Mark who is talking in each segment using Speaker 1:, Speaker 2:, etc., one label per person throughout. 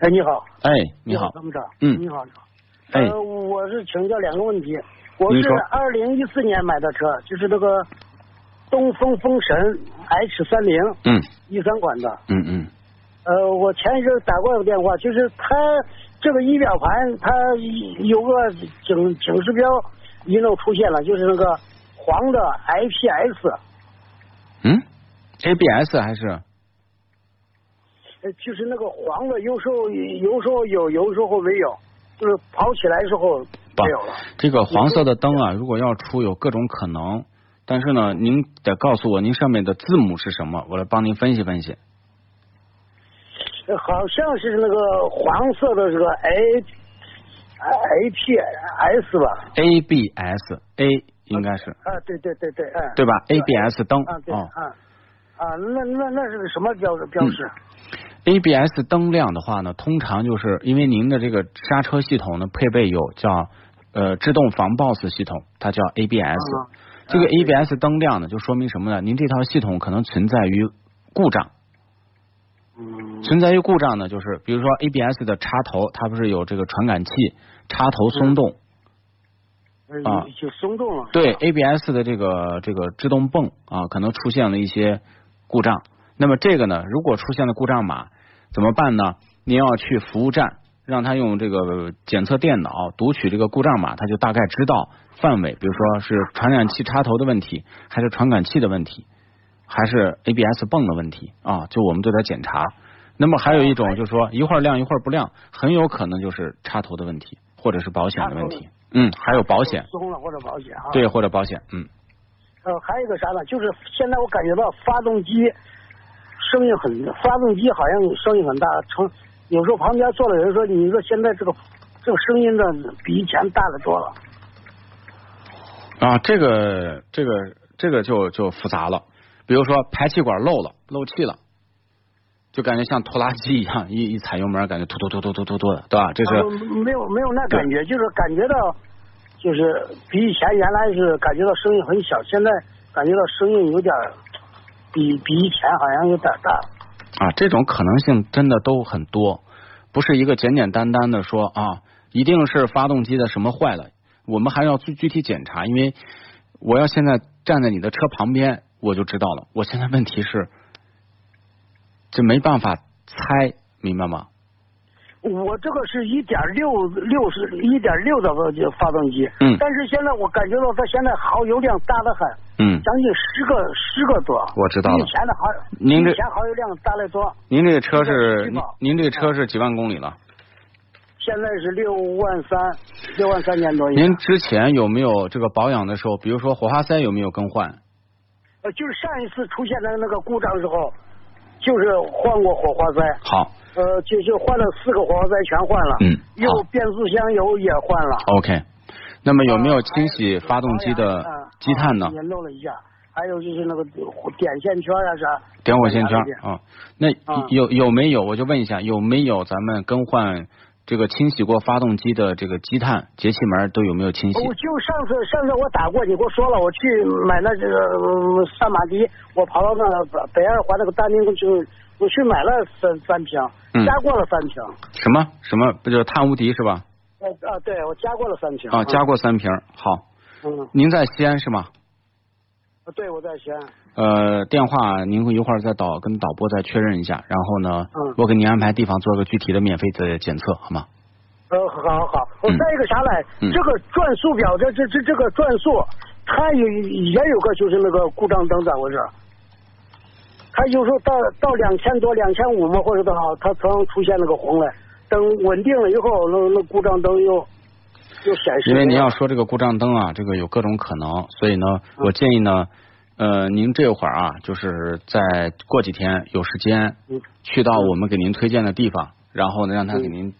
Speaker 1: 哎，你好，
Speaker 2: 哎，
Speaker 1: 你
Speaker 2: 你好，
Speaker 1: 参谋长，
Speaker 2: 嗯
Speaker 1: 你好，你好，
Speaker 2: 哎
Speaker 1: 呃，我是请教两个问题，我
Speaker 2: 您
Speaker 1: 是
Speaker 2: 说
Speaker 1: 二零一四年买的车，就是那个东风风神 H 三零
Speaker 2: 嗯
Speaker 1: 一三款的，
Speaker 2: 嗯嗯，
Speaker 1: 呃，我前一阵打过个电话，就是它这个仪表盘它有个警警示标一路出现了，就是那个黄的 IPS，
Speaker 2: 嗯，ABS 还是
Speaker 1: 呃就是那个黄的，有时候有时候有，有时候没有，就是跑起来时候
Speaker 2: 不
Speaker 1: 没有了。
Speaker 2: 这个黄色的灯啊？如果要出，有各种可能。但是呢，您得告诉我您上面的字母是什么，我来帮您分析分析。
Speaker 1: 好像是那个黄色的这个 A A P S 吧？
Speaker 2: ABS A 应该是
Speaker 1: 啊，对对对对，嗯，
Speaker 2: 对吧？ABS 灯
Speaker 1: 啊对，
Speaker 2: 哦
Speaker 1: 啊啊，那那那是个什么标标志？
Speaker 2: ，ABS 灯亮的话呢，通常就是因为您的这个刹车系统呢配备有叫呃制动防抱死系统，它叫 ABS。
Speaker 1: 啊
Speaker 2: 这个
Speaker 1: 啊对
Speaker 2: ABS 灯亮呢，就说明什么呢？您这套系统可能存在于故障。
Speaker 1: 嗯
Speaker 2: 存在于故障呢，就是比如说 ABS 的插头，它不是有这个传感器，插头松动，啊
Speaker 1: 呃就松动了。
Speaker 2: 对 ABS 的这个这个制动泵啊，可能出现了一些故障。那么这个呢，如果出现了故障码，怎么办呢？您要去服务站，让他用这个检测电脑读取这个故障码，他就大概知道范围，比如说是传感器插头的问题，还是传感器的问题，还是 ABS 泵的问题啊，就我们对它检查。那么还有一种就是说一会儿亮一会儿不亮，很有可能就是插头的问题，或者是保险的问题。嗯，还有保险，
Speaker 1: 松了或者保险啊。
Speaker 2: 对，或者保险，嗯。
Speaker 1: 呃，还有一个啥呢？就是现在我感觉到发动机声音很，发动机好像声音很大，成有时候旁边坐的人说，你说现在这个这个声音呢比以前大得多了。
Speaker 2: 啊，这个这个这个就就复杂了。比如说排气管漏了，漏气了，就感觉像拖拉机一样，一一踩油门，感觉突突突突突突突的，对吧？这
Speaker 1: 啊
Speaker 2: 是
Speaker 1: 没有没有那感觉，就是感觉到，就是比以前原来是感觉到声音很小，现在感觉到声音有点儿比比以前好像有点儿大。
Speaker 2: 啊，这种可能性真的都很多，不是一个简简单单的说啊，一定是发动机的什么坏了，我们还要具具体检查，因为我要现在站在你的车旁边，我就知道了。我现在问题是，这没办法猜，明白吗？
Speaker 1: 我这个是一点六六是一点六的发动机，
Speaker 2: 嗯
Speaker 1: 但是现在我感觉到它现在耗油量大得很，
Speaker 2: 嗯，
Speaker 1: 将近十个十个多。
Speaker 2: 我知道了
Speaker 1: 比以前的耗，
Speaker 2: 您
Speaker 1: 比
Speaker 2: 这
Speaker 1: 以前耗油量大得多，
Speaker 2: 您这个车是
Speaker 1: 一个
Speaker 2: 您
Speaker 1: 低保
Speaker 2: 您这个车是几万公里了？
Speaker 1: 现在是六万三，六万三千多一点。
Speaker 2: 您之前有没有这个保养的时候，比如说火花塞有没有更换？
Speaker 1: 呃，就是上一次出现的那个故障时候，就是换过火花塞，
Speaker 2: 好
Speaker 1: 呃，就就换了四个火花塞全换了，
Speaker 2: 嗯
Speaker 1: 又
Speaker 2: 好
Speaker 1: 变速箱油也换了，呃
Speaker 2: ，OK。那么有没有清洗发动机的
Speaker 1: 嗯
Speaker 2: 积碳呢
Speaker 1: 也？弄了一下，还有就是那个点线圈啊啥，
Speaker 2: 点火线圈
Speaker 1: 点
Speaker 2: 啊？那
Speaker 1: 嗯
Speaker 2: 有有没有？我就问一下，有没有咱们更换这个清洗过发动机的这个积碳、节气门都有没有清洗？
Speaker 1: 我就上次上次我打过，你给我说了，我去买那这个呃萨马迪，我跑到那个北二环那个大宁去，我去买了三三瓶
Speaker 2: 嗯，
Speaker 1: 加过了三瓶，
Speaker 2: 什么什么？不就是碳无敌是吧？
Speaker 1: 呃啊，对我加过了三瓶
Speaker 2: 啊，加过三瓶儿。好，
Speaker 1: 嗯，
Speaker 2: 您在西安是吗？
Speaker 1: 啊对我在先。
Speaker 2: 呃，电话您一会儿再导跟导播再确认一下，然后呢，
Speaker 1: 嗯
Speaker 2: 我给您安排地方做个具体的免费的检测，好吗？
Speaker 1: 呃，好好，我
Speaker 2: 嗯
Speaker 1: 再一个啥嘞？
Speaker 2: 嗯
Speaker 1: 这个转速表，这这这这个转速，它也也有个就是那个故障灯咋回事？它有时候到到两千多、两千五嘛，或者多少，它常常出现那个红嘞。等稳定了以后，那那故障灯又又显示。嗯
Speaker 2: 因为您要说这个故障灯啊，这个有各种可能，所以呢，我建议呢，呃，您这会儿啊，就是在过几天有时间
Speaker 1: 嗯，
Speaker 2: 去到我们给您推荐的地方，然后呢，让他给
Speaker 1: 嗯
Speaker 2: 您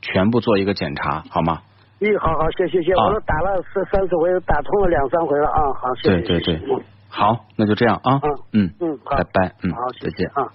Speaker 2: 全部做一个检查，好吗？
Speaker 1: 咦，好好，谢谢谢，
Speaker 2: 啊
Speaker 1: 我都打了三三四回，打通了两三回了啊，好，谢谢，
Speaker 2: 对对
Speaker 1: 谢谢
Speaker 2: 对好，那就这样啊
Speaker 1: 嗯，
Speaker 2: 嗯，
Speaker 1: 嗯，好
Speaker 2: 拜，拜，嗯
Speaker 1: 好，，
Speaker 2: 再
Speaker 1: 谢谢
Speaker 2: 见。
Speaker 1: 啊。